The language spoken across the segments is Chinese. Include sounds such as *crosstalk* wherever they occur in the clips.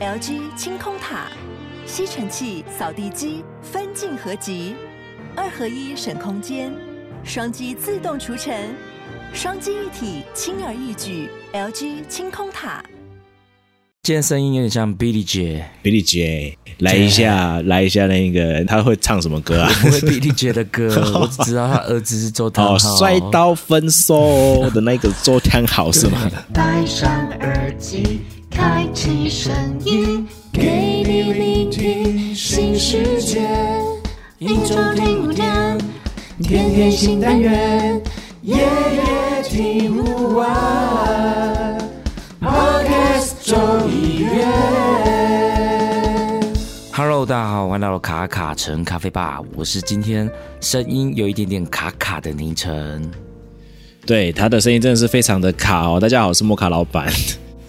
LG 清空塔、吸尘器、扫地机分镜合集，二合一省空间，双击自动除尘，双击一体轻而易举。LG 清空塔。今天声音有点像 Billy *laughs* 姐，比利姐，来一下，来一下那个，他会唱什么 *laughs* 歌啊？不会 Billy 姐的歌， *laughs* 我只知道她儿子是周汤豪。哦，摔刀分手的那个周汤豪是吗？戴上耳机，开启声音，给你聆听新世界。一周听五天，天天新单元，夜夜听不完。Podcast 周一月。 Hello，大家好，欢迎来到卡卡城咖啡吧，我是今天声音有一点点卡卡的凌晨。对，他的声音真的是非常的卡哦。大家好，我是莫卡 *laughs* 老板，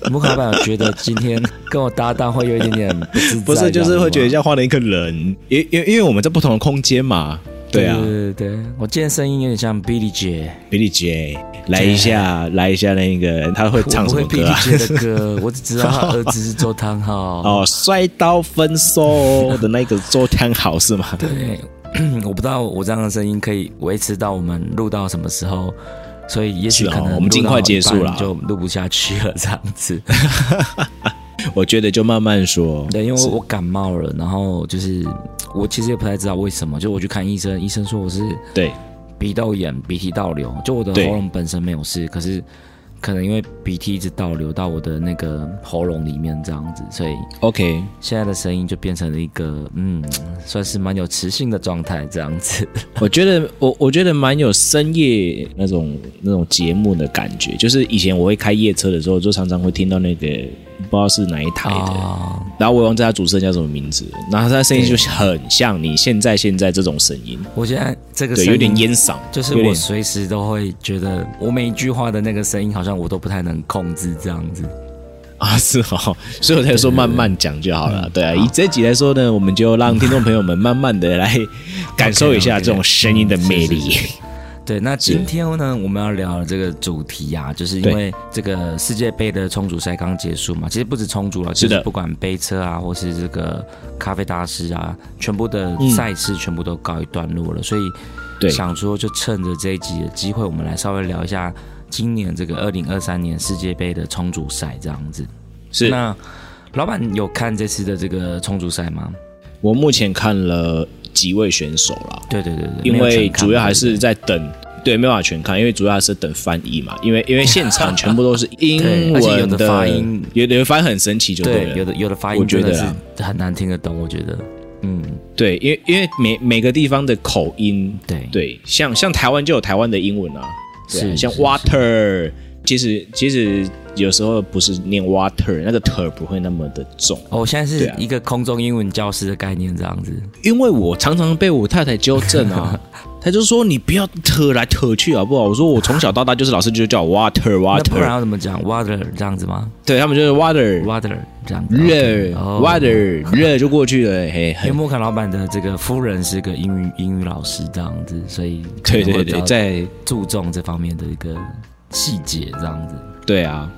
木卡老板有觉得今天跟我搭档会有一点点不自在，不是，就是会觉得这样像换了一个人，因因因为我们在不同的空间嘛。对啊吗，对对对，我今天声音有点像 Billy 姐，比利姐，来一下，来一下那个，他会我唱不什会么歌啊？ Billy 姐的歌，我只知道她儿子是周汤 *laughs* 豪。哦，摔刀分手的那个周汤豪是吗？对，我不知道我这样的声音可以维持到我们录到什么时候，所以也许是哦可能录到我们尽快结束啦一半就录不下去了这样子。我觉得就慢慢说。对，因为我感冒了，然后就是我其实也不太知道为什么，就我去看医生，医生说我是对，鼻窦炎、鼻涕倒流，就我的对喉咙本身没有事，可是可能因为鼻涕一直倒流到我的那个喉咙里面这样子，所以 OK，现在的声音就变成了一个嗯，算是蛮有磁性的状态这样子。 *laughs* 我觉得我我觉得蛮有深夜那种那种节目的感觉，就是以前我会开夜车的时候，就常常会听到那个不知道是哪一台的，哦然后我忘记他主持人叫什么名字，然后他的声音就是很像你现在现在这种声音，我现在这个对，声有音点烟嗓，就是有我点随时都会觉得，我每一句话的那个声音好像我都不太能控制这样子。 *laughs* 啊是哦， *laughs* 所以我才说慢慢讲就好嗯了，对啊，以这集来说呢，我们就让听众朋友们慢慢的来感受一下 OK，OK，这种声音的魅 *laughs* 力，是是对，那今天呢，我们要聊的这个主题啊，就是因为这个世界杯的冲煮赛刚结束嘛，其实不止冲煮了，是的就不管杯车啊，或是这个咖啡大师啊，全部的赛事全部都告一段落了，所以对想说就趁着这一集的机会，我们来稍微聊一下今年这个二零二三年世界杯的冲煮赛这样子。是那老板有看这次的这个冲煮赛吗？我目前看了几位选手啦。对对对对，因没有全为看主要还对是不对在等，对，没办法全看，因为主要还是等翻译嘛，因为因为 *laughs* 现场全部都是英对而且有文的发音有的发音很神奇，就对了，对有的有的发啊我音觉真得的啦是很难听得懂，我觉得，嗯，对，因为因为每每个地方的口音，对对，像像台湾就有台湾的英文啊，对啊是像是 water，其实其实有时候不是念 water，那个 ter 不会那么的重，哦，我现在对是啊一个空中英文教师的概念这样子，因为我常常被我太太纠正 *laughs* 啊。她就说你不要扯来扯去好不好？我说我从小到大就是老师就叫我 water 那不 water，然要怎么讲 water 这样子吗对他们就是 water ？water 这样子，热 OK，哦哎 water 热就过去 *laughs* 了，因嘿，为很莫卡老板的这个夫人是个英语英语老师这样子，所以可对能对会比对，较在注重这方面的一个细节这样子。对啊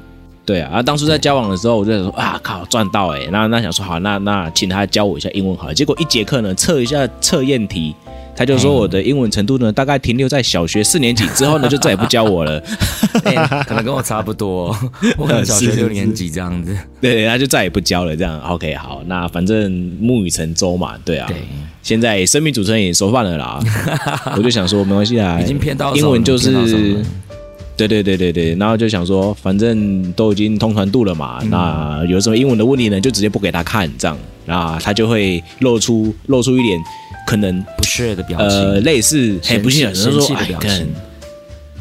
对啊，啊当初在交往的时候，我就想说啊靠赚到哎、欸，那那想说好那那请他教我一下英文好了，结果一节课呢测一下测验题。他就嗯说我的英文程度呢，大概停留在小学四年级之后呢，就再也不教我了。 *laughs* *laughs* 哎可能跟我差不多、我可能小是学是六年级这样子。对，他就再也不教了。这样，OK，好，那反正木已成舟嘛，对啊。对现在生命主持人也熟饭了啦，我就想说没关系啦，已经骗到手了英文就骗到手了是，对对对对对，然后就想说，反正都已经通传度了嘛，那有什么英文的问题呢，就直接不给他看这样，那他就会露出露出一点可能不屑的表情，呃类似嫌很不信弃任，嫌就弃说的哎表，干情。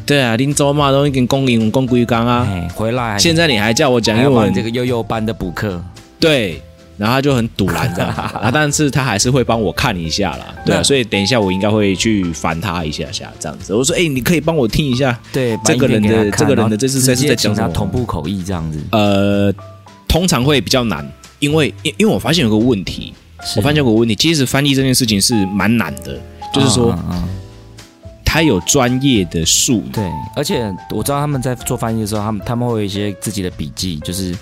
对啊，林州嘛都已经公英文公规刚啊，哎，回来现在你还叫我讲还要英帮文，这个幼幼班的补课。对，然后他就很堵拦这 *laughs* 样啊，但是他还是会帮我看一下啦，对啊，那所以等一下我应该会去烦他一下下这样子。我说，哎、你可以帮我听一下，对，这个人的把影片给他看这个人的然后这次直这次接在讲请他什么同步口译这样子。呃，通常会比较难，因为因因为我发现有个问题，是我发现有个问题，其实翻译这件事情是蛮难的，就是说嗯嗯嗯他有专业的术语，对，而且我知道他们在做翻译的时候，他们他们会有一些自己的笔记，就是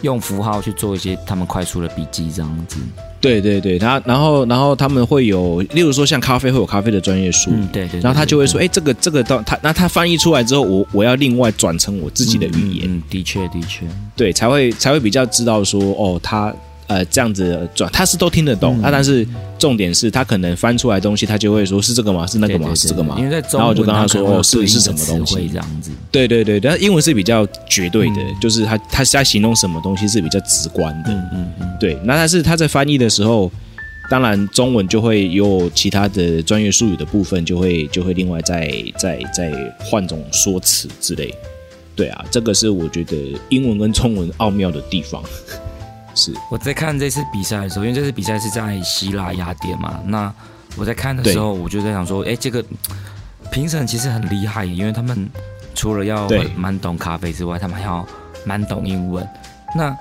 用符号去做一些他们快速的笔记这样子。对对对，他然后然后他们会有，例如说像咖啡会有咖啡的专业书，嗯，对对对然后他就会说，对哎，这个这个到他那他翻译出来之后，我我要另外转成我自己哎的语言，嗯，嗯的确的确，对，才会才会比较知道说，哦，他呃这样子转，他是都听得嗯懂，那、啊但是重点是他可能翻出来的东西，他就会说是这个吗？是那个对吗？对是这个吗对？因为在中然后我文就跟他它可说，能会有哦，是对是应什的么词东汇西？这样子。对对对，但英文是比较绝对的，嗯就是他他他形容什么东西是比较直观的。嗯嗯嗯，对，那但是他在翻译的时候，当然中文就会有其他的专业术语的部分，就会就会另外再再再换种说辞之类。对啊，这个是我觉得英文跟中文奥妙的地方。是，我在看这次比赛的时候，因为这次比赛是在希腊雅典嘛，那我在看的时候，我就在想说，哎，这个评审其实很厉害耶，因为他们除了要对蛮懂咖啡之外，他们还要蛮懂英文。那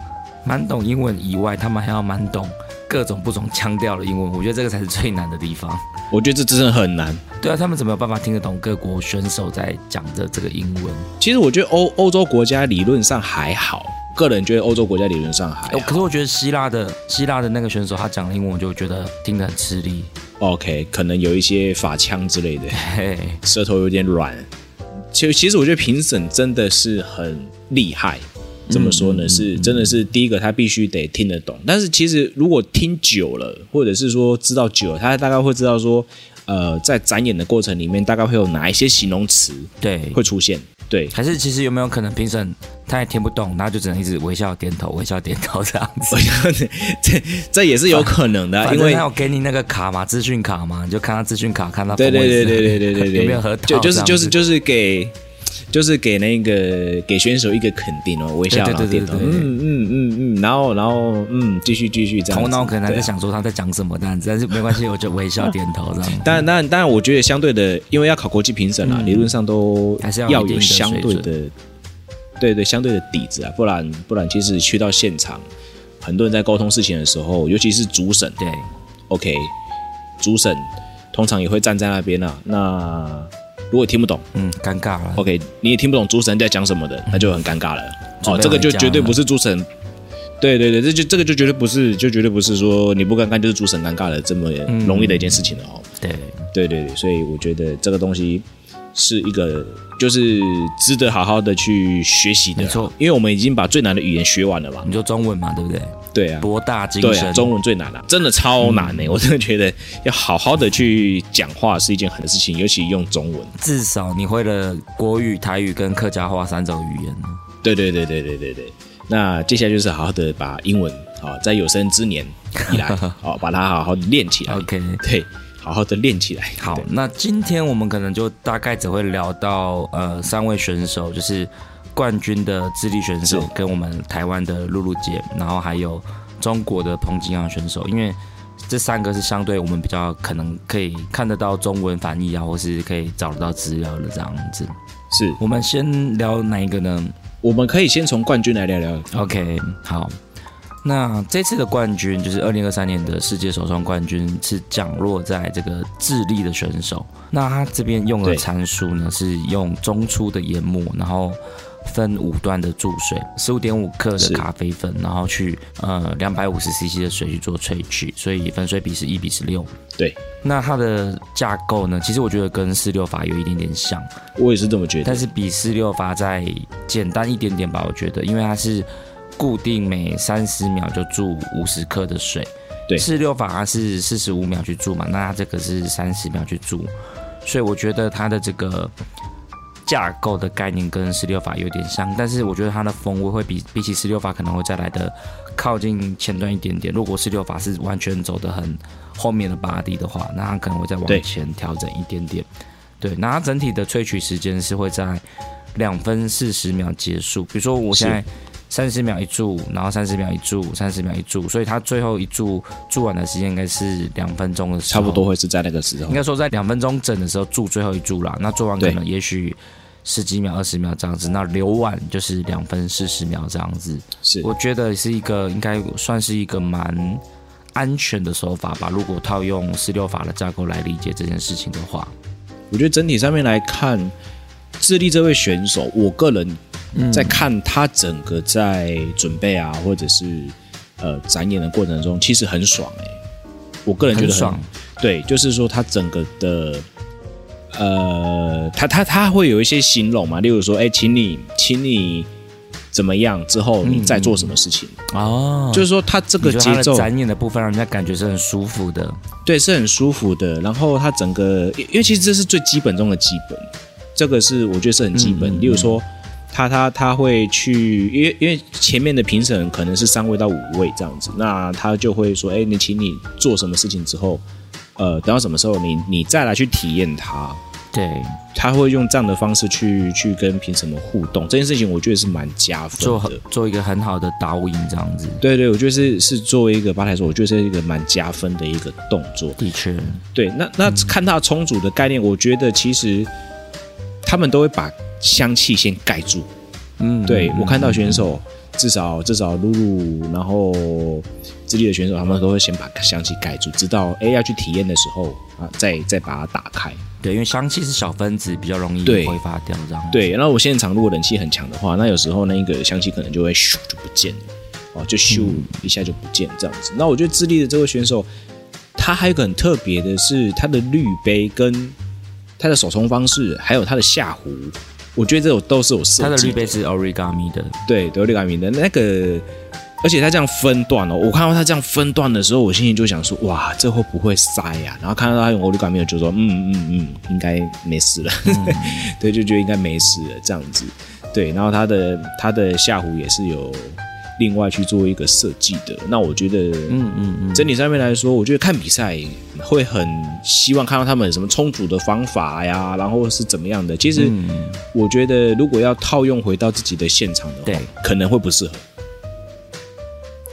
蛮懂英文以外，他们还要蛮懂各种不同腔调的英文，我觉得这个才是最难的地 *laughs* 方。我觉得这真的很难。对啊，他们怎么有办法听得懂各国选手在讲的这个英文？其实我觉得欧欧洲国家理论上还好，个人觉得欧洲国家理论上还哦，可好。是我觉得希腊的希腊的那个选手，他讲的英文我就觉得听得很吃力。 OK，可能有一些法腔之类的。嘿，舌头有点软。其实，其实我觉得评审真的是很厉害。怎么说嗯呢？是真的是第一个，他必须得听得懂。但是其实如果听久了，或者是说知道久了，他大概会知道说，呃，在展演的过程里面，大概会有哪一些形容词对，会出现。对， *laughs* 还是其实有没有可能评审他也听不懂，他就只能一直微笑点头，微笑点头这样子 *laughs* 我。觉得这这也是有可能的啊，反因正为他有给你那个卡嘛，资讯卡嘛，你就看他资讯卡，看他 *laughs* 对封对位对置对对 *laughs* 对对对，有没有核桃这就样子，就是就是就是给就是给那个给选手一个肯定哦，微笑对然后对对点头，对对对嗯嗯嗯嗯，然后然后嗯，继续继续这样子。头脑可能还在对啊。想说他在讲什么，但但是没关系，我就微笑点头这样。当然，当然，当然，我觉得相对的，因为要考国际评审啦，理论上都还是要有一定有的相对水的，对对，相对的底子啊，不然不然，其实去到现场，很多人在沟通事情的时候，尤其是主审，对， OK，主审通常也会站在那边啊。那如果听不懂嗯，尴尬了。 ，OK，你也听不懂主持人在讲什么的，那就很尴尬了。嗯准哦，备这个就回家绝对了不是主持人。对对对，这就这个就绝对不是，就绝对不是说你不尴尬就是主审尴尬了这么容易的一件事情了哦。对，对对对，所以我觉得这个东西是一个就是值得好好的去学习的啦，啊没错因为我们已经把最难的语言学完了嘛。你说中文嘛，对不对？对啊，博大精对啊，深，中文最难了、真的超难呢、欸嗯我真的觉得要好好的去讲话是一件很的事情，尤其用中文。至少你会了国语、台语跟客家话三种语言。对对对对对对对。那接下来就是好好的把英文啊、在有生 *laughs* 之年以来，好、把它好好的练起来。 OK，对，好好的练起来。好对，那今天我们可能就大概只会聊到呃三位选手，就是冠军的智利选手是跟我们台湾的露露姐，然后还有中国的彭金阳选手，因为这三个是相对我们比较可能可以看得到中文翻译啊，或是可以找得到资料的这样子。是我们先聊哪一个呢？我们可以先从冠军来聊聊。 OK，好。那这次的冠军就是二零二三年的世界首创冠军，是降落在这个智利的选手。那他这边用的对参数呢，是用中粗的研磨，然后分五段的注水，十五点五克的是咖啡粉，然后去呃两百五十 CC 的水去做萃取，所以粉水比是一比十六。对那它的架构呢，其实我觉得跟四六法有一点点像。我也是这么觉得但。是比四六法再简单一点点吧，我觉得，因为它是固定每三十秒就注五十克的水，对四六法它是四十五秒去注嘛，那它这个是三十秒去注，所以我觉得它的这个架构的概念跟四六法有点像，但是我觉得它的风味会比比起四六法可能会再来的靠近前端一点点。如果四六法是完全走的很后面的 body 的话，那它可能会再对往前调整一点点。对，那它整体的萃取时间是会在两分四十秒结束。比如说我现在三十秒一注，然后三十秒一注，三十秒一注，所以它最后一注注完的时间应该是两分钟的时差候，不多会是在那个时候应。该说在两分钟整的时候注最后一注啦。那做完可对能也许十几秒、二十秒这样子，那留完就是两分四十秒这样子。是我觉得是一个应该算是一个蛮安全的手法吧。如果套用十六法的架构来理解这件事情的话，我觉得整体上面来看，智利这位选手，我个人嗯在看他整个在准备啊，或者是呃展演的过程中，其实很爽哎、我个人觉得很爽对，就是说他整个的呃，他他他会有一些形容嘛，例如说，哎、请你请你怎么样之后，你再做什么事情，哦，就是说他这嗯你个觉得它节的奏展演的部分，让人家感觉是很舒服的。对，是很舒服的。然后它整个，因因为其实这是最基本中的基本，这个是我觉得是很基本。嗯嗯例如说，他他他会去，因为因为前面的评审可能是三位到五位这样子，那他就会说，哎，你请你做什么事情之后，呃，等到什么时候你你再来去体验它。对，他会用这样的方式去去跟评审们互动，这件事情我觉得是蛮加分做的。做一个很好的导引，这样子。对对，我觉得是是作为一个吧台说，我觉得是一个蛮加分的一个动作。的确，对，那那嗯看到充足的概念，我觉得其实他们都会把香气先盖住。嗯，对嗯我看到选手，至少至少露露，然后智利的选手，他们都会先把香气盖住，直到哎要去体验的时候啊，再再把它打开。对，因为香气是小分子，比较容易对挥发掉，这样。，对，然后我现场如果冷气很强的话，那有时候那一个香气可能就会咻就不见了，哦，就咻嗯一下就不见这样子。那我觉得智利的这位选手，他还有一个很特别的是他的滤杯跟他的手冲方式，还有他的下壶，我觉得这种都是有设计它的滤杯是 origami 的，对德里卡米的那个，而且他这样分段哦，我看到他这样分段的时候，我心里就想说，哇，这会不会塞呀、然后看到他用欧里卡米，我就说，嗯嗯嗯，应该没事了，对，就觉得应该没事了这样子。对，然后他的他的下壶也是有另外去做一个设计的，那我觉得，嗯嗯嗯嗯，整体上面来说，我觉得看比赛会很希望看到他们有什么充足的方法呀，然后是怎么样的。其实我觉得，如果要套用回到自己的现场的对话，可能会不适合。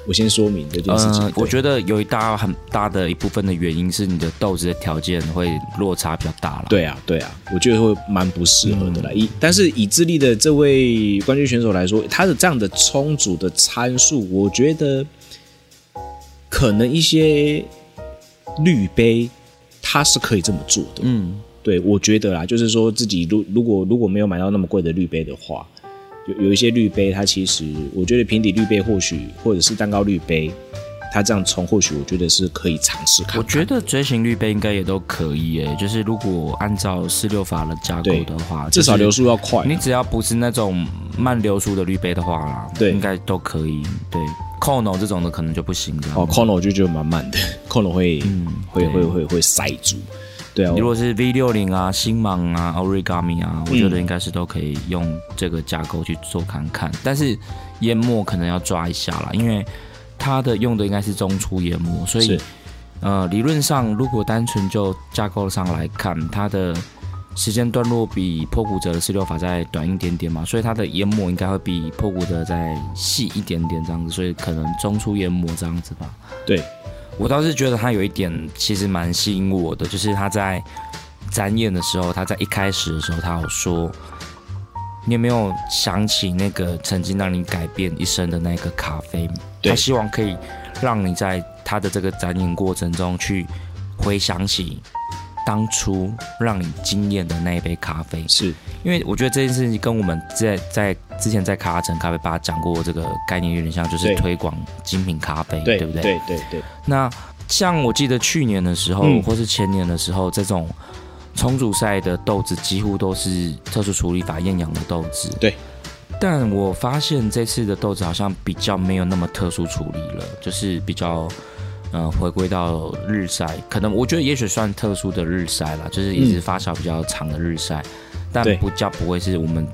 我先说明这件事情呃，，我得觉得有一大很大的一部分的原因是你的豆子的条件会落差比较大了。，对啊，对啊，我觉得会蛮不适合的啦。嗯以、但是以智利的这位冠军选手来说，他的这样的充足的参数，我觉得可能一些绿杯他是可以这么做的。嗯，对，我觉得啦，就是说自己如如果如果没有买到那么贵的滤杯的话，有有一些滤杯，它其实我觉得平底滤杯或许或者是蛋糕滤杯，它这样冲或许我觉得是可以尝试看看。我觉得锥形滤杯应该也都可以诶、就是如果按照四六法的架构对的话，至少就是流速要快啊你，只要不是那种慢流速的滤杯的话啦，对应该都可以。对，Kono 这种的可能就不行了。哦 c o n o 我就觉得蛮慢的 *laughs* c o n o 会、会嗯对会会会塞住。对啊，你如我果是 V 六零啊、星芒啊、Origami 啊，嗯我觉得应该是都可以用这个架构去做看看，但是研磨可能要抓一下啦，因为它的用的应该是中粗研磨，所以是呃，理论上如果单纯就架构上来看，它的时间段落比破骨折的四六法再短一点点嘛，所以它的研磨应该会比破骨折再细一点点这样子，所以可能中粗研磨这样子吧。对我倒是觉得他有一点其实蛮吸引我的，就是他在展演的时候，他在一开始的时候，他有说，你有没有想起那个曾经让你改变一生的那个咖啡？对他希望可以让你在他的这个展演过程中去回想起当初让你惊艳的那一杯咖啡。是因为我觉得这件事情跟我们在在之前在卡城咖啡吧讲过这个概念有点像，就是对推广精品咖啡，对不对对对对那像我记得去年的时候，嗯或是前年的时候，这种重组赛的豆子几乎都是特殊处理法厌氧的豆子。对。但我发现这次的豆子好像比较没有那么特殊处理了，就是比较。呃，回归到日晒，可能我觉得也许算特殊的日晒啦，就是一直嗯发酵比较长的日晒，但对不叫不会是我们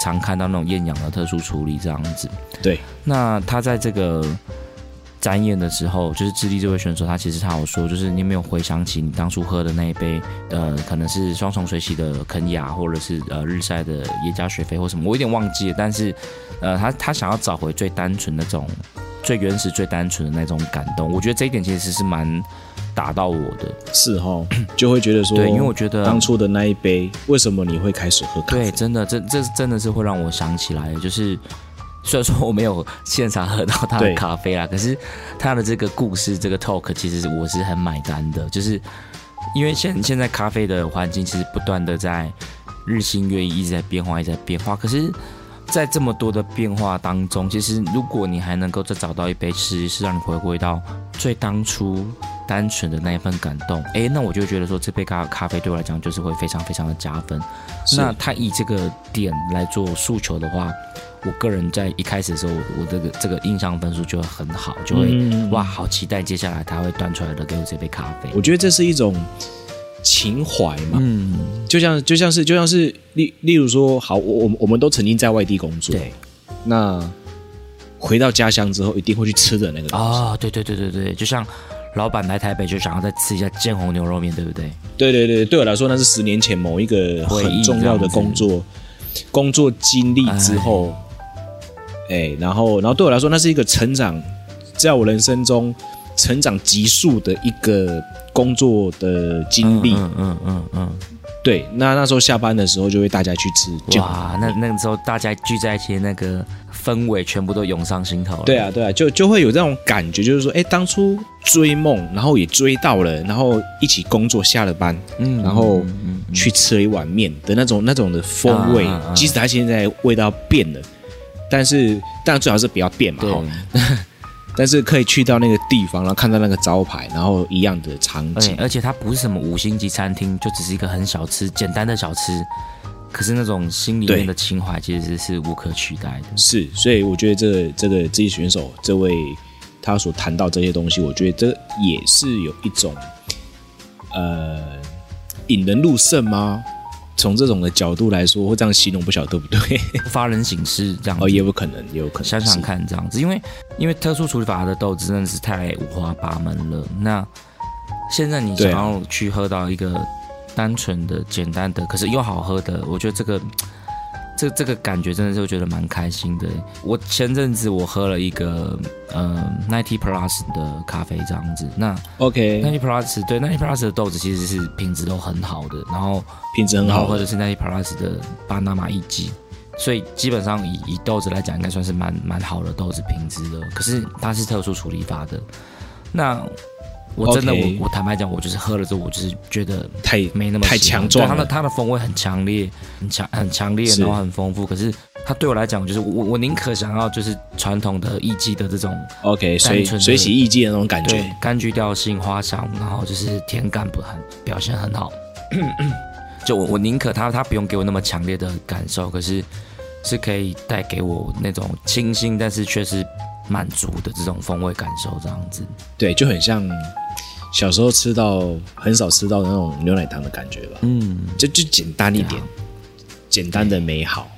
常看到那种厌氧的特殊处理这样子。对，那他在这个展演的时候，就是智利这位选手，他其实他有说，就是你有没有回想起你当初喝的那一杯，呃，可能是双重水洗的肯雅，或者是呃日晒的耶加雪菲或什么，我有点忘记了。但是，呃，他他想要找回最单纯那种、最原始、最单纯的那种感动，我觉得这一点其实是蛮打到我的。是哈，就会觉得说，对，因为我觉得当初的那一杯，为什么你会开始喝咖啡对，？真的，这这真的是会让我想起来，就是 *laughs* 虽然说我没有现场喝到他的对咖啡啦，可是他的这个故事，这个 talk，其实我是很买单的，就是因为现现在咖啡的环境其实不断的在日新月异，一直在变化，一直在变化，可是。在这么多的变化当中，其实如果你还能够再找到一杯吃，是让你回归到最当初单纯的那一份感动，诶，那我就觉得说这杯咖咖啡对我来讲就是会非常非常的加分。是那他以这个点来做诉求的话，我个人在一开始的时候，我我这个这个印象分数就会很好，就会、嗯哇，好期待接下来他会端出来的给我这杯咖啡。我觉得这是一种情怀嘛，嗯，就像就像是就像是例例如说，好，我我们我们都曾经在外地工作，对，那回到家乡之后一定会去吃的那个东西，哦，对对对对对，就像老板来台北就想要再吃一下煎红牛肉面，对不对？对对对，对我来说那是十年前某一个回忆很重要的工作工作经历之后，哎，然后然后对我来说那是一个成长，在我人生中成长急速的一个工作的经历。嗯嗯嗯嗯对，那那时候下班的时候就会大家去吃嗯，就哇，那那个时候大家聚在一起，那个氛围全部都涌上心头了。对啊，，对啊，就就会有这种感觉，就是说，哎，当初追梦，然后也追到了，然后一起工作，下了班，嗯然后嗯嗯嗯去吃了一碗面的那种那种的风味啊啊啊，即使它现在味道变了，但是当然最好是不要变嘛，对，齁 *laughs* 但是可以去到那个地方，然后看到那个招牌，然后一样的场而且景，而且它不是什么五星级餐厅，就只是一个很小吃、简单的小吃，可是那种心里面对的情怀其实是无可取代的。是，所以我觉得这个这个这些选手这位他所谈到这些东西，我觉得这也是有一种呃引人入胜吗？从这种的角度来说，会这样形容不晓得对不对？发人省思这样子。哦，也有可能，也有可能。嗯想想，看这样子，因为因为特殊处理法的豆子真的是太五花八门了。那现在你想对啊要去喝到一个单纯的、简单的，可是又好喝的，我觉得这个这这个感觉真的是我觉得蛮开心的。我前阵子我喝了一个呃 Ninety Plus 的咖啡这样子，那 OK， Ninety Plus 对 Ninety Plus 的豆子其实是品质都很好的，然后品质很然后好或者喝，是那一 Plus 的巴拿马一季，所以基本上以以豆子来讲，应该算是蛮蛮好的豆子品质的。可是它是特殊处理法的，那我真的 OK 我我坦白讲，我就是喝了之后，我就是觉得太没那么太喜欢强壮对它的了。它的风味很强烈，很强很强烈，是然后很丰富。可是它对我来讲，就是我我宁可想要就是传统的艺妓的这种 OK，随单纯的随喜意记的那种感对觉。柑橘调性、花香，然后就是甜感不很表现很 *clears throat* 好。就我我宁可它它不用给我那么强烈的感受，可是是可以带给我那种清新，但是却是满足的这种风味感受，这样子。对，就很像小时候吃到很少吃到的那种牛奶糖的感觉吧。嗯，就就简单一对点啊，简单的美好，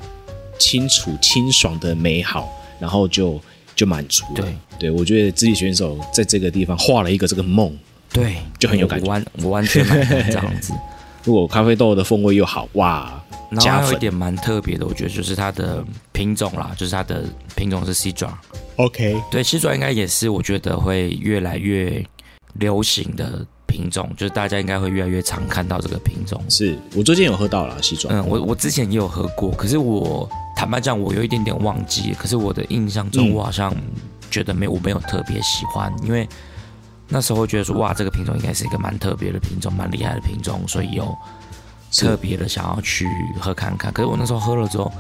清楚清爽的美好，然后就就满足了。对，对我觉得自己选手在这个地方画了一个这个梦。对，就很有感觉我完我完全买单这样子。如果咖啡豆的风味又好，哇，然后加还有一粉。点蛮特别的，我觉得就是它的品种啦，就是它的品种是 C 爪。 OK，对，西爪应该也是我觉得会越来越流行的品种，就是大家应该会越来越常看到这个品种。是我最近有喝到了西装，嗯，我我之前也有喝过，可是我坦白讲，我有一点点忘记。可是我的印象中，嗯我好像觉得没有我没有特别喜欢，因为那时候觉得说，哇，这个品种应该是一个蛮特别的品种，蛮厉害的品种，所以有是特别的想要去喝看看。可是我那时候喝了之后，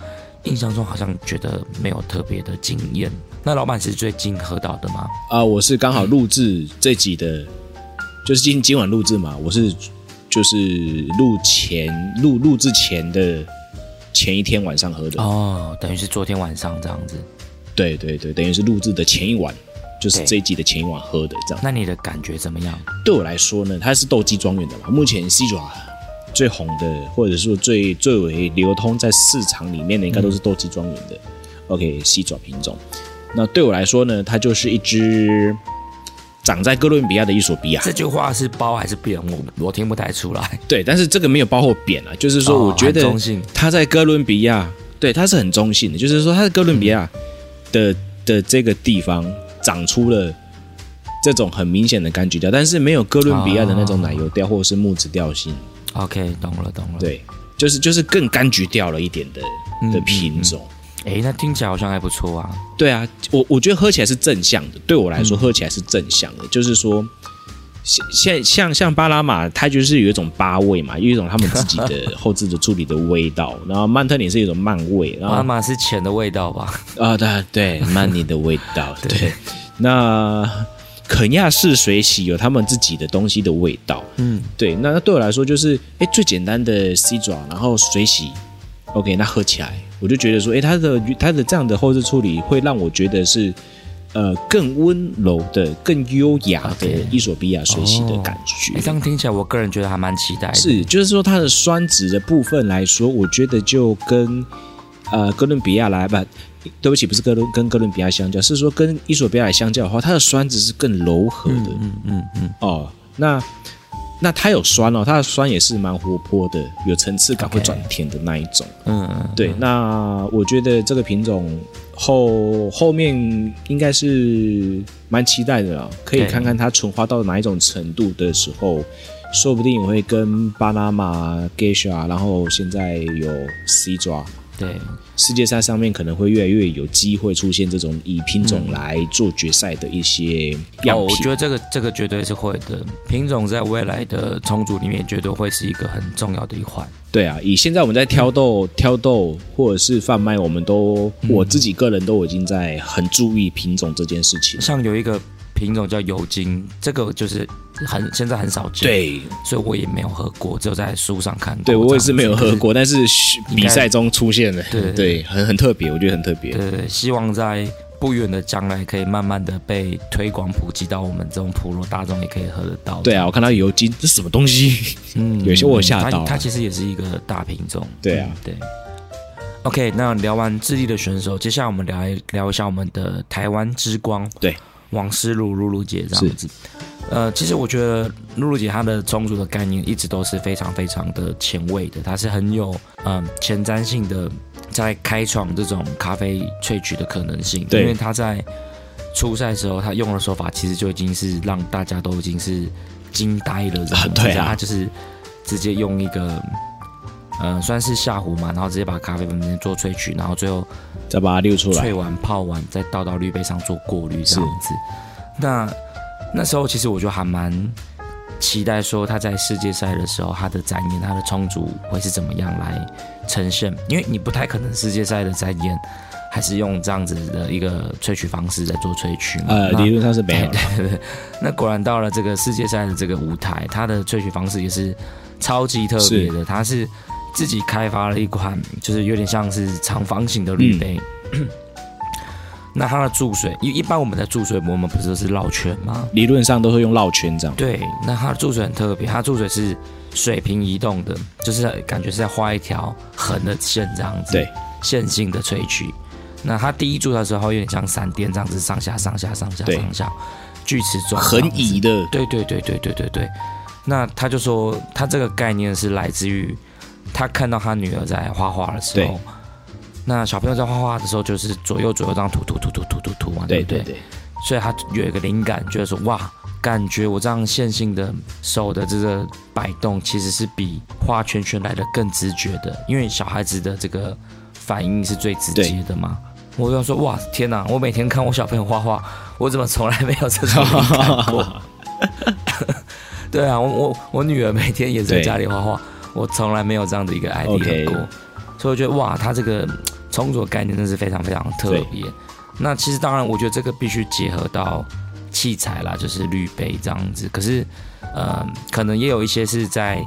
印象中好像觉得没有特别的惊艳。那老板是最近喝到的吗？啊、我是刚好录制这集的，就是今今晚录制嘛，我是就是录前录录制前的前一天晚上喝的。哦，等于是昨天晚上这样子。对对对，等于是录制的前一晚，就是对这一集的前一晚喝的这样。那你的感觉怎么样？对我来说呢，它是斗鸡庄园的嘛，目前 C 爪最红的，或者说最最为流通在市场里面的，应该都是斗鸡庄园的。OK，C 爪品种。那对我来说呢，它就是一只长在哥伦比亚的伊索比亚。这句话是包还是扁？我我听不太出来。对，但是这个没有包括扁啊，就是说哦我觉得很中性它在哥伦比亚，对，它是很中性的，就是说它在哥伦比亚嗯的、的这个地方长出了这种很明显的柑橘调，但是没有哥伦比亚的那哦种奶油调或者是木质调性， OK，懂了懂了。，对，就是就是更柑橘调了一点的嗯的品种。哎，那听起来好像还不错啊。对啊，我我觉得喝起来是正向的，对我来说喝起来是正向的，就是说像像像像巴拿马，它就是有一种巴味嘛，有一种他们自己的后置的处理的味道。然后曼特尼是有一种曼味，然后巴拿马是钱的味道 *laughs* 吧？啊，对对，曼尼的味道，对。那肯亚式水洗有他们自己的东西的味道，嗯，对。那那对我来说就是，哎，最简单的 C 爪，然后水洗，OK，那喝起来我就觉得说，哎，它的它的这样的后置处理会让我觉得是。呃，更温柔的、更优雅的 OK 伊索比亚水洗的哦感觉。哎这样听起来，我个人觉得还蛮期待的。是，就是说它的酸值的部分来说，我觉得就跟呃哥伦比亚来吧，对不起，不是哥伦跟哥伦比亚相较，是说跟伊索比亚来相较的话，它的酸值是更柔和的、嗯嗯嗯，哦。那那它有酸哦，它的酸也是蛮活泼的，有层次感，会 OK 转甜的那一种。嗯嗯，对，那我觉得这个品种后后面应该是蛮期待的啦，可以对看看它纯化到哪一种程度的时候，说不定也会跟巴拿马 Geisha，然后现在有 C 抓。对，世界赛上面可能会越来越有机会出现这种以品种来做决赛的一些样哦，我觉品，得这个这个绝对是会的。品种在未来的重组里面，绝对会是一个很重要的一环。对啊，以现在我们在挑嗯豆、挑豆或者是贩卖，我们都、我自己个人都已经在很注意品种这件事情了。像有一个品种叫油精，这个就是很现在很少见，，对，所以我也没有喝过，只有在书上看过。对我也是没有喝这样子。过，但是比赛中出现了，对对，很很特别，我觉得很特别。对对对，希望在不远的将来可以慢慢的被推广普及到我们这种普罗大众也可以喝得到。对，啊，我看到有机，这什么东西？ *laughs* 嗯有些我有吓到啊它它其实也是一个大品种。对啊嗯对。OK，那聊完智利的选手，接下来我们聊一聊一下我们的台湾之光，对，王思露露露姐这样子。呃，其实我觉得露露姐她的充足的概念一直都是非常非常的前卫的，她是很有嗯、前瞻性的，在开创这种咖啡萃取的可能性。对因为她在初赛时候，她用的手法其实就已经是让大家都已经是惊呆了这样啊 *laughs* 对啊她就是直接用一个。呃，算是下壶嘛，然后直接把咖啡粉先做萃取，然后最后再把它溜出来萃。完、泡完，再倒到滤杯上做过滤这样子。那那时候其实我就还蛮期待说他在世界赛的时候，他的展演、他的充足会是怎么样来呈现，因为你不太可能世界赛的展演还是用这样子的一个萃取方式在做萃取嘛。呃，那理论上是没有啊对了，对对，那果然到了这个世界赛的这个舞台，它的萃取方式也是超级特别的，它是自己开发了一款，就是有点像是长方形的嗯滤杯。 *clears throat* 那它的注水，一一般我们在注水，我们不是都是绕圈吗？理论上都会用绕圈这样。对，那它的注水很特别，它注水是水平移动的，就是感觉是在画一条横的线这样子。对，线性的萃取。那它第一注的时候有点像闪电这样子，上下上下上下对上下，锯齿状这横样子移的，对对对对对对对。那他就说，他这个概念是来自于他看到他女儿在画画的时对候，那小朋友在画画的时候就是左右左右这样涂涂涂涂涂涂涂嘛，对不对对，所以他有一个灵感，觉得说哇，感觉我这样线性的手的这个摆动，其实是比画圈圈来的更直觉的，因为小孩子的这个反应是最直接的嘛。我就说哇，天哪！我每天看我小朋友画画，我怎么从来没有这种灵感 *laughs* 过？对啊，我我我女儿每天也在对家里画画，我从来没有这样的一个 idea OK 过所以我觉得哇，他这个充足的概念真是非常非常特别。那其实当然，我觉得这个必须结合到器材啦，就是滤杯这样子。可是，呃，可能也有一些是在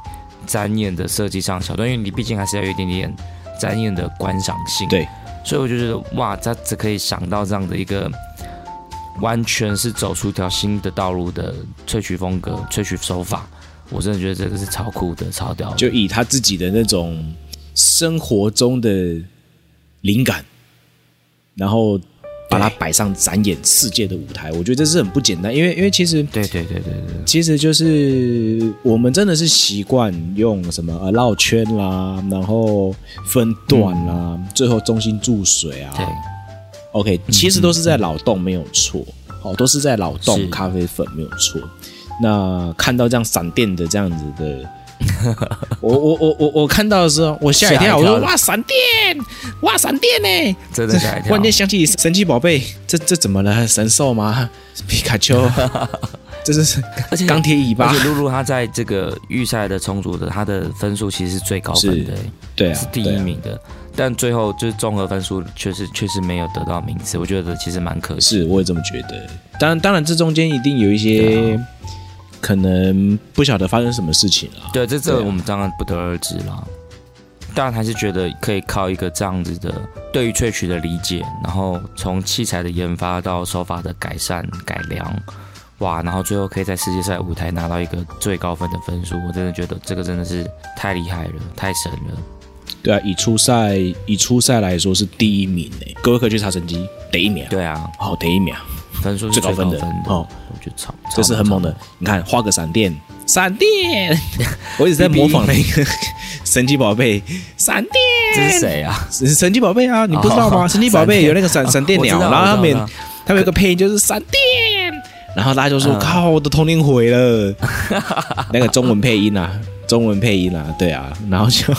展演的设计上小段，因为你毕竟还是要有一点点展演的观赏性。对，所以我就觉得哇，他只可以想到这样的一个。完全是走出一条新的道路的萃取风格、萃取手法，我真的觉得这个是超酷的、超屌的。就以他自己的那种生活中的灵感，然后把它摆上展演世界的舞台，我觉得这是很不简单，因为因为其实对对对对对其实就是我们真的是习惯用什么呃绕圈啦，然后分段啦，最后中心注水啊对。 OK，其嗯实都是在扰动没有错，哦，都是在扰是动咖啡粉没有错。那看到这样闪电的这样子 *laughs* 的。我我我我我看到的时候，我吓一吓一跳，我跳说哇闪电，哇闪电呢、真的吓一忽跳 *laughs* 然间。想起神奇宝贝，这这怎么了？神兽吗？皮卡丘，这是而且钢铁尾而巴且，露露她在这个预赛的重组的，她的分数其实是最高分的、对啊，是第对一啊名的。但最后就是综合分数确实确实没有得到名次，我觉得其实蛮可惜。是，我也这么觉得。当然，当然，这中间一定有一些、啊可能不晓得发生什么事情啊。对，这这对啊我们当然不得而知啦。当然还是觉得可以靠一个这样子的对于萃取的理解，然后从器材的研发到手法的改善改良，哇，然后最后可以在世界赛舞台拿到一个最高分的分数，我真的觉得这个真的是太厉害了，太神了。对啊，以初赛以初赛来说是第一名诶、各位可以去查成绩，得一秒，对啊，好、得一秒，分数是最最高高分分的的，哦，我觉得超，这是很猛的。你看，画个闪电，闪电， *laughs* 我一直在模仿 *laughs* 那个神奇宝贝，闪电，这是谁啊？神神奇宝贝啊，你不知道吗？哦神奇宝闪贝电有那个闪闪电我知鸟，道然后他我知们道他们有个配音就是闪电，然后大家就说：“嗯靠，我的童年毁 *laughs* 了。”那个中文配音啊，中文配音啊，对啊，然后就 *laughs*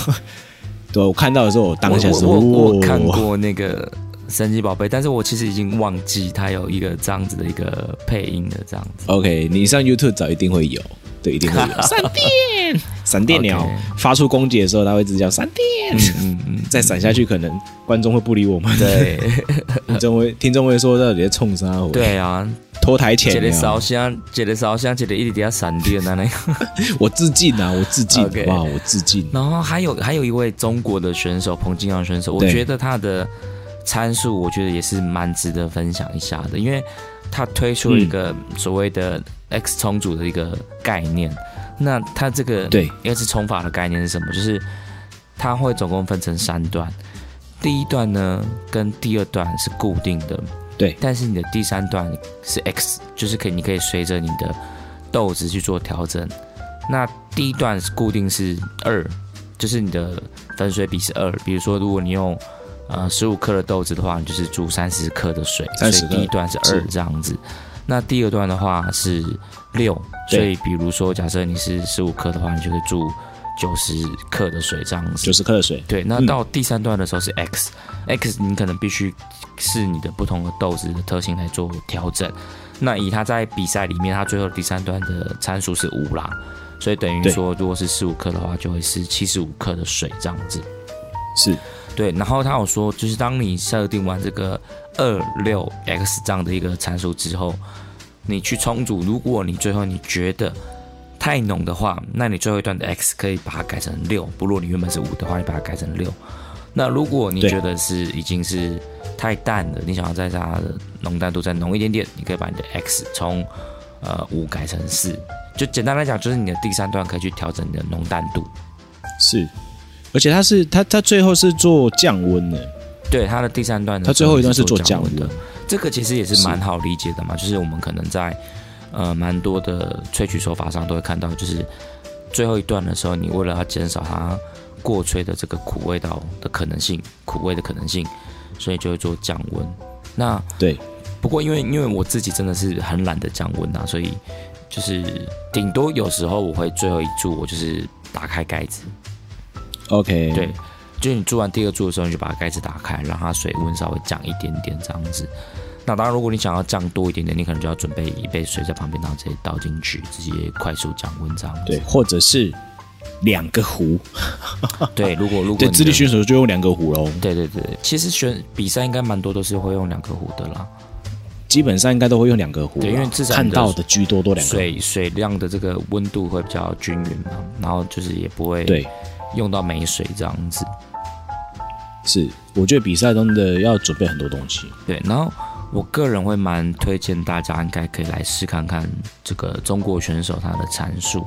对啊我看到的时候，我当下我是我我我哇看过那个神奇宝贝，但是我其实已经忘记它有一个这样子的一个配音的这样子。 OK，你上 YouTube 找一定会有，对，一定会 *laughs* 有闪电，闪电鸟 OK 发出攻击的时候，它会一直叫闪电，嗯嗯，再闪下去，可能观众会不理我们，，对 *laughs* 听众会听众会说到底在冲啥我， *laughs* 对 *laughs* 啊，脱台一前个啊烧香，一个烧香，一个一直底下闪电啊那样。我致敬啊，我致敬，好 OK 不好？我致敬。然后还有还有一位中国的选手彭金阳选手，我对觉得他的参数我觉得也是蛮值得分享一下的，因为他推出了一个嗯所谓的 X 重组的一个概念。那他这个对因为是重法的概念是什么？就是它会总共分成三段，第一段呢跟第二段是固定的，对但是你的第三段是 X，就是可以你可以随着你的豆子去做调整。那第一段是固定是二，就是你的粉水比是二。比如说，如果你用呃十五克的豆子的话，你就是注三十克的水，所以30克第一段是二是这样子。那第二段的话是六，所对以比如说，假设你是十五克的话，你就可以注九十克的水这样子九。十克的水，对，那嗯到第三段的时候是 X，X、你可能必须是你的不同的豆子的特性来做调整。那以他在比赛里面，他最后第三段的参数是五啦，所以等于对说，如果是十五克的话，就会是七十五克的水这样子。是对，然后他有说，就是当你设定完这个二六 x 这样的一个参数之后，你去充足，如果你最后你觉得太浓的话，那你最后一段的 x 可以把它改成六，不如果你原本是五的话，你把它改成六。那如果你对觉得是已经是太淡了，你想要再让它的浓淡度再浓一点点，你可以把你的 x 从呃五改成四。就简单来讲，就是你的第三段可以去调整你的浓淡度。是，而且它是它它最后是做降温的，对，它的第三段的它最后一段是做做降温温的的，，这个其实也是是蛮好理解的嘛，就是我们可能在呃蛮多的萃取手法上都会看到，就是最后一段的时候，你为了要减少它过萃的这个苦味道的可能性，苦味的可能性，所以就会做降温。那对，不过因为因为我自己真的是很懒得降温啊，所以就是顶多有时候我会最后一注我就是打开盖子， OK，对，就是你做完第二注的时候，你就把盖子打开，让它水温稍微降一点点这样子。那当然，如果你想要降多一点点，你可能就要准备一杯水在旁边，然后直接倒进去，直接快速降温这样子。对，或者是两个壶，对，如果如果 *laughs* 啊对，你智力的选手就用两个壶喽，对对对，其实选比赛应该蛮多都是会用两个壶的啦，基本上应该都会用两个壶啦，对因为至少看你的到的居多多两个，水水量的这个温度会比较均匀嘛，然后就是也不会对，用到没水这样子。是，我觉得比赛中的要准备很多东西，对，然后我个人会蛮推荐大家应该可以来试看看这个中国选手他的参数。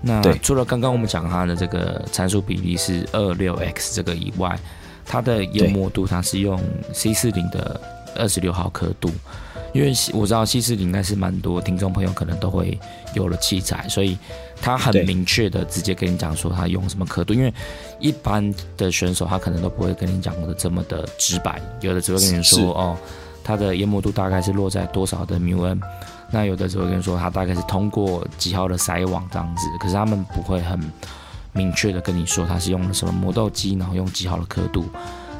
那对除了刚刚我们讲他的这个参数比例是二六 x 这个以外，它的研磨度它是用 C 四零的二十六毫刻度，因为我知道 C 四零应该是蛮多听众朋友可能都会有了器材，所以他很对明确的直接跟你讲说他用什么刻度，因为一般的选手他可能都不会跟你讲的这么的直白，有的只会跟你是说哦，它的研磨度大概是落在多少的 mu n，那有的只会跟你说它大概是通过几号的筛网这样子，可是他们不会很明确的跟你说它是用了什么磨豆机，然后用几号的刻度。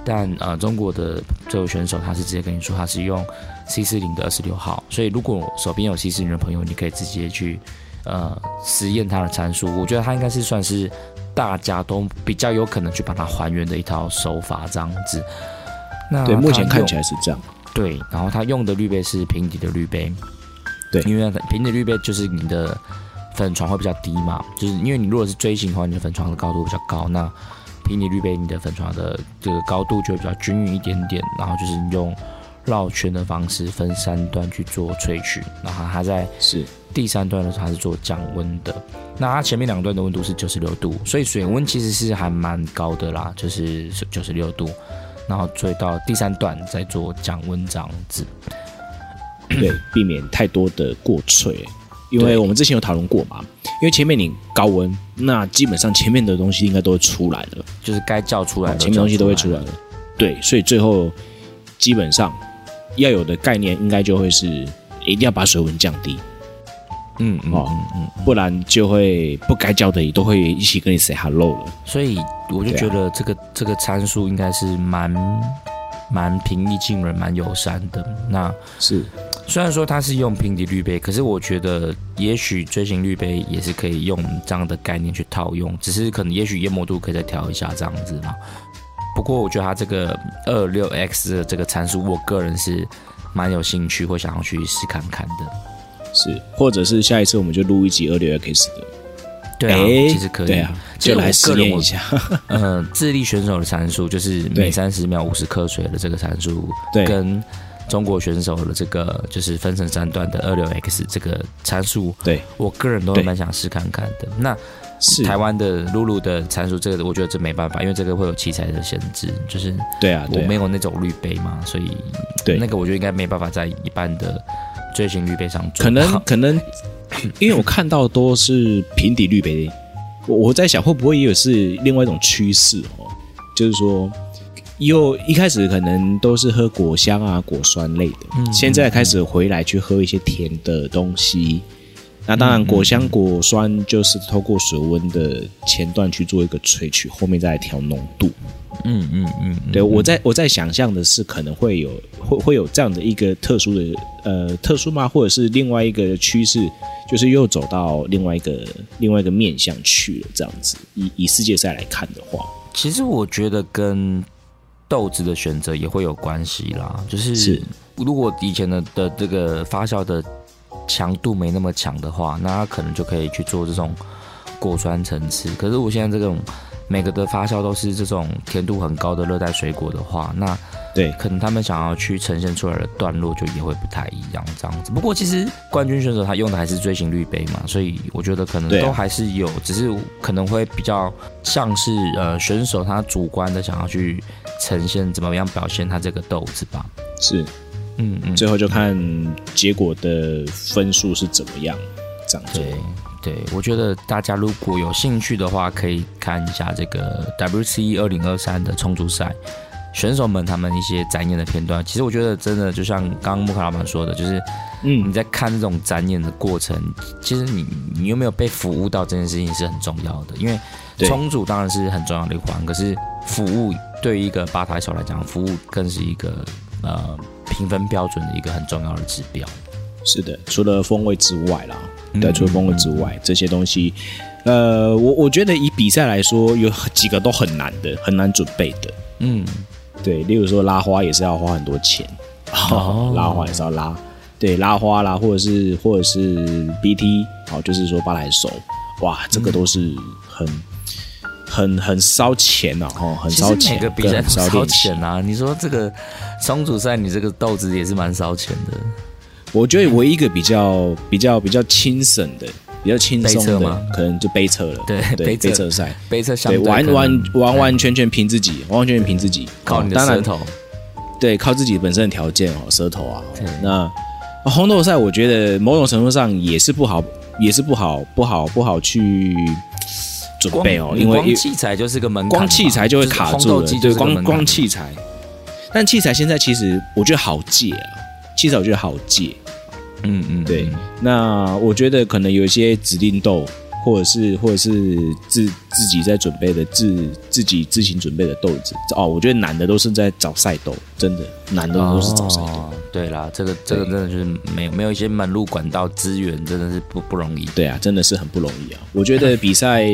但呃，中国的这位选手他是直接跟你说他是用 C 四零的二十六号，所以如果手边有 C 四零的朋友，你可以直接去呃实验它的参数。我觉得它应该是算是大家都比较有可能去把它还原的一套手法这样子。那对，目前它啊看用起来是这样。对，然后它用的滤杯是平底的滤杯，对因为它平底滤杯就是你的粉床会比较低嘛，就是因为你如果是锥形的话，你的粉床的高度比较高，那平底滤杯你的粉床的这个高度就会比较均匀一点点，然后就是用绕圈的方式分三段去做萃取，然后它在 *clears throat* 是第三段的时候它是做降温的，那它前面两段的温度是九十六度，所以水温其实是还蛮高的啦，就是九十六度，然后最到第三段再做降温这样子。对，避免太多的过萃，因为我们之前有讨论过嘛，因为前面你高温，那基本上前面的东西应该都会出来了，哦就是该叫出来的前面东西都会叫出来了，对，所以最后基本上要有的概念应该就会是一定要把水温降低，嗯嗯哦嗯嗯。不然就会不该叫的也都会一起跟你 say hello 了。所以我就对啊觉得这个、这个参数应该是蛮蛮平易近人、蛮友善的。那是虽然说它是用平底滤杯，可是我觉得也许锥形滤杯也是可以用这样的概念去套用，只是可能也许研磨度可以再调一下这样子嘛。不过我觉得它这个二六 X 的这个参数，我个人是蛮有兴趣，会想要去试看看的。是，或者是下一次我们就录一集二六 X 的，对啊，诶其实可以。对啊，其实就我来个试人验我一下。 *laughs* 呃，智利选手的参数就是对每三十秒五十克水的这个参数，对跟中国选手的这个就是分成三段的二六 X 这个参数， *laughs* 对，我个人都对蛮想试看看的。那是台湾的露露的参数，这个我觉得这没办法，因为这个会有器材的限制，就是对啊，我对啊没有那种滤杯嘛，所以对那个我觉得应该没办法在一般的锥形滤杯上做到。可能可能，因为我看到都是平底滤杯，我我在想会不会也有是另外一种趋势哦，就是说，又一开始可能都是喝果香啊、果酸类的，嗯现在开始回来去喝一些甜的东西。那当嗯然，果香、果酸就是透过水温的前段去做一个萃取，后面再来调浓度。嗯嗯嗯，嗯对，我在我在想象的是，可能会有会会有这样的一个特殊的呃特殊吗？或者是另外一个趋势，就是又走到另外一个另外一个面向去了，这样子。以以世界赛来看的话，其实我觉得跟豆子的选择也会有关系啦，就是是如果以前的的这个发酵的强度没那么强的话，那它可能就可以去做这种果酸层次。可是我现在这种每个的发酵都是这种甜度很高的热带水果的话，那对可能他们想要去呈现出来的段落就也会不太一样这样子。不过其实冠军选手他用的还是锥形滤杯嘛，所以我觉得可能对啊都还是有，只是可能会比较像是呃选手他主观的想要去呈现怎么样表现他这个豆子吧。是嗯嗯，最后就看结果的分数是怎么样，这样子对。对，我觉得大家如果有兴趣的话，可以看一下这个 WCE 二零二三的冲突赛，选手们他们一些展演的片段。其实我觉得真的就像刚刚木卡老板说的，就是你嗯，在看这种展演的过程，其实你你有没有被服务到这件事情是很重要的，因为对冲煮当然是很重要的一环，可是服务对于一个吧台手来讲，服务更是一个呃评分标准的一个很重要的指标。是的，除了风味之外啦，嗯对，除了风味之外，这些东西，呃，我我觉得以比赛来说，有几个都很难的，很难准备的。嗯，对，例如说拉花也是要花很多钱，哦拉花也是要拉，对，拉花啦，或者是或者是 BT，好、就是说八来手，哇，这嗯个都是很、很很烧钱啊，哦，很其烧实钱，每个比赛更都很烧练习钱。啊！你说这个冲煮赛，你这个豆子也是蛮烧钱的。我觉得唯一一个比较比较比较轻省的。比较轻松杯测吗的，可能就杯测了，对对，杯测杯测赛，杯车相对，完可能哎完完完全全凭自己，完完全全凭自己，靠哦你的当然舌头，对，靠自己本身的条件哦，舌头啊对。那啊红豆赛，我觉得某种程度上也是不好，也是不好，不好，不好去准备哦，光因为光器材就是个门槛嘛，光器材就会就是卡红住豆了机，就对，是个门光槛光器材。但器材现在其实我觉得好借啊，器材我觉得好借。嗯嗯，对嗯，那我觉得可能有一些指定豆或者是或者是自自己在准备的自自己自行准备的豆子哦，我觉得男的都是在找赛豆，真的男的都是找赛豆。哦对啦，这个这个真的就是没有没有一些门路管道资源，真的是不不容易。对啊，真的是很不容易啊！我觉得比赛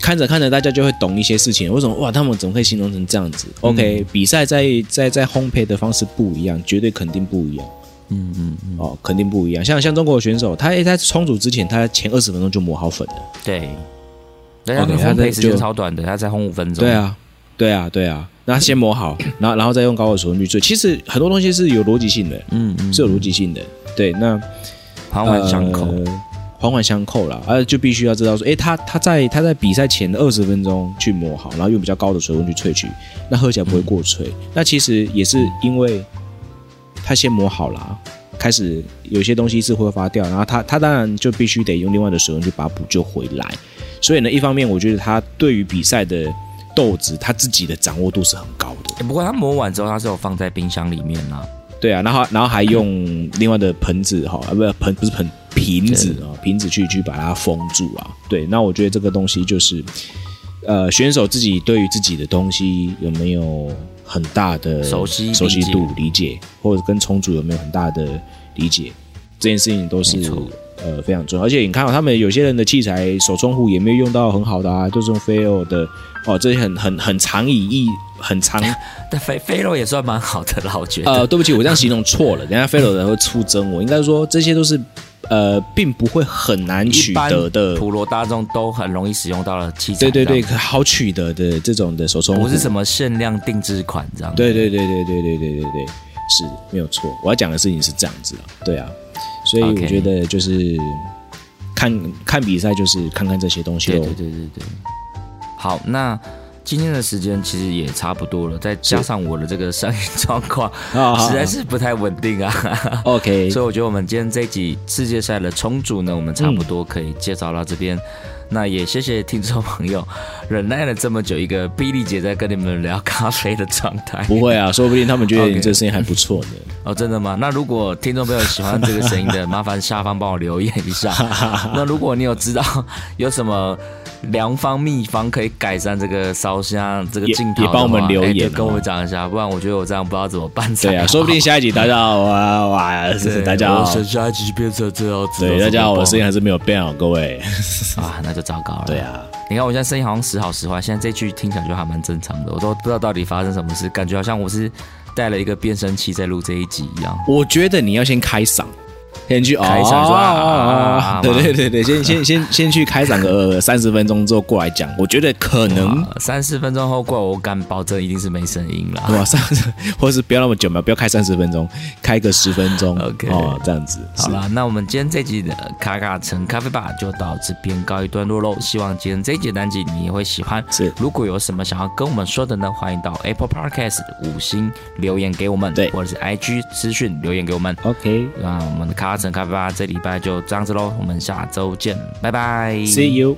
看着看着，大家就会懂一些事情。为什么哇？他们怎么可以形容成这样子？OK，、比嗯赛在在在烘焙的方式不一样，绝对肯定不一样。嗯嗯嗯，哦，肯定不一样。像像中国的选手，他他在冲煮之前，他前二十分钟就磨好粉了。对。人家那个 OK，他烘在焙时间就超短的，他才烘五分钟。对，啊，对啊，对啊。那先磨好，然后然后再用高温熟温去做。其实很多东西是有逻辑性的，嗯嗯，是有逻辑性的。对，那环环相扣。呃环环相扣啦，呃，就必须要知道说，诶，他他在他在比赛前的二十分钟去磨好，然后用比较高的水温去萃取，那喝起来不会过萃。嗯那其实也是因为他先磨好啦，开始有些东西是挥发掉，然后他他当然就必须得用另外的水温去把它补救回来。所以呢，一方面我觉得他对于比赛的豆子他自己的掌握度是很高的。欸不过它磨完之后，它是有放在冰箱里面 *laughs* 啦。对啊，然后然后还用另外的盆子哈，啊不是盆不是盆瓶子啊，瓶子去去把它封住啊。对，那我觉得这个东西就是，呃，选手自己对于自己的东西有没有很大的熟悉熟悉理解度理解，或者跟重组有没有很大的理解，这件事情都是没错呃非常重要。而且你看到、他们有些人的器材手冲壶也没有用到很好的啊，就是用菲欧的哦，这些很很很常以意很常但肥肥肉也算蛮好的啦，我觉得。呃，对不起，我这样形容错了，等一下飞 e 人会出征我。应该说这些都是呃，并不会很难取一般得的，普罗大众都很容易使用到的器材。对对对，这样，可好取得的这种的手冲壶，不是什么限量定制款这样。对对对对对对对对对，是没有错。我要讲的事情是这样子啊，对啊，所以我 OK 觉得就是看看比赛，就是看看这些东西对咯。对对对对。好，那今天的时间其实也差不多了，再加上我的这个生意状况 *laughs* 啊，哦好实在是不太稳定 *laughs* 啊。好 OK，所以我觉得我们今天这一集世界赛的冲煮呢，我们差不多可以介绍到这边。那也谢谢听众朋友忍耐了这么久，一个碧丽姐在跟你们聊咖啡的状态。不会啊，说不定他们觉得 OK 你这声音还不错呢。哦，真的吗？那如果听众朋友喜欢这个声音 *laughs* 的，麻烦下方帮我留言一下。那如果你有知道 *laughs* 有什么良方秘方可以改善这个烧虾这个也镜头的话，也帮我们留哎言就跟我哦们讲一下，不然我觉得我这样不知道怎么办才好。对啊，说不定下一集大家好啊，哇， *laughs* 对大家我好的，虾其实变成这样子。对大家好，我的声音音还是没有变好，各位。啊，那就糟糕了。对啊。你看我现在声音好像时好时坏，现在这句听起来就还蛮正常的，我都不知道到底发生什么事，感觉好像我是带了一个变声器在录这一集一样。我觉得你要先开嗓，先去哦开嗓说啊啊啊啊啊对对对对，*laughs* 先先先先去开嗓个三十分钟之后过来讲，我觉得可能三四分钟后过来，我敢保证一定是没声音了。哇三十， *laughs* 或是不要那么久嘛，不要开三十分钟，开个十分钟 OK 哦，这样子好是啦，那我们今天这集的卡卡城咖啡吧就到这边告一段落喽。希望今天这一集单集你也会喜欢。是如果有什么想要跟我们说的呢，欢迎到 Apple Podcast 五星留言给我们，对或者是 IG 私讯留言给我们。 OK，See 嗯那我们的卡卡城咖啡吧这礼拜就这样子喽，我们下周见，拜拜。 you。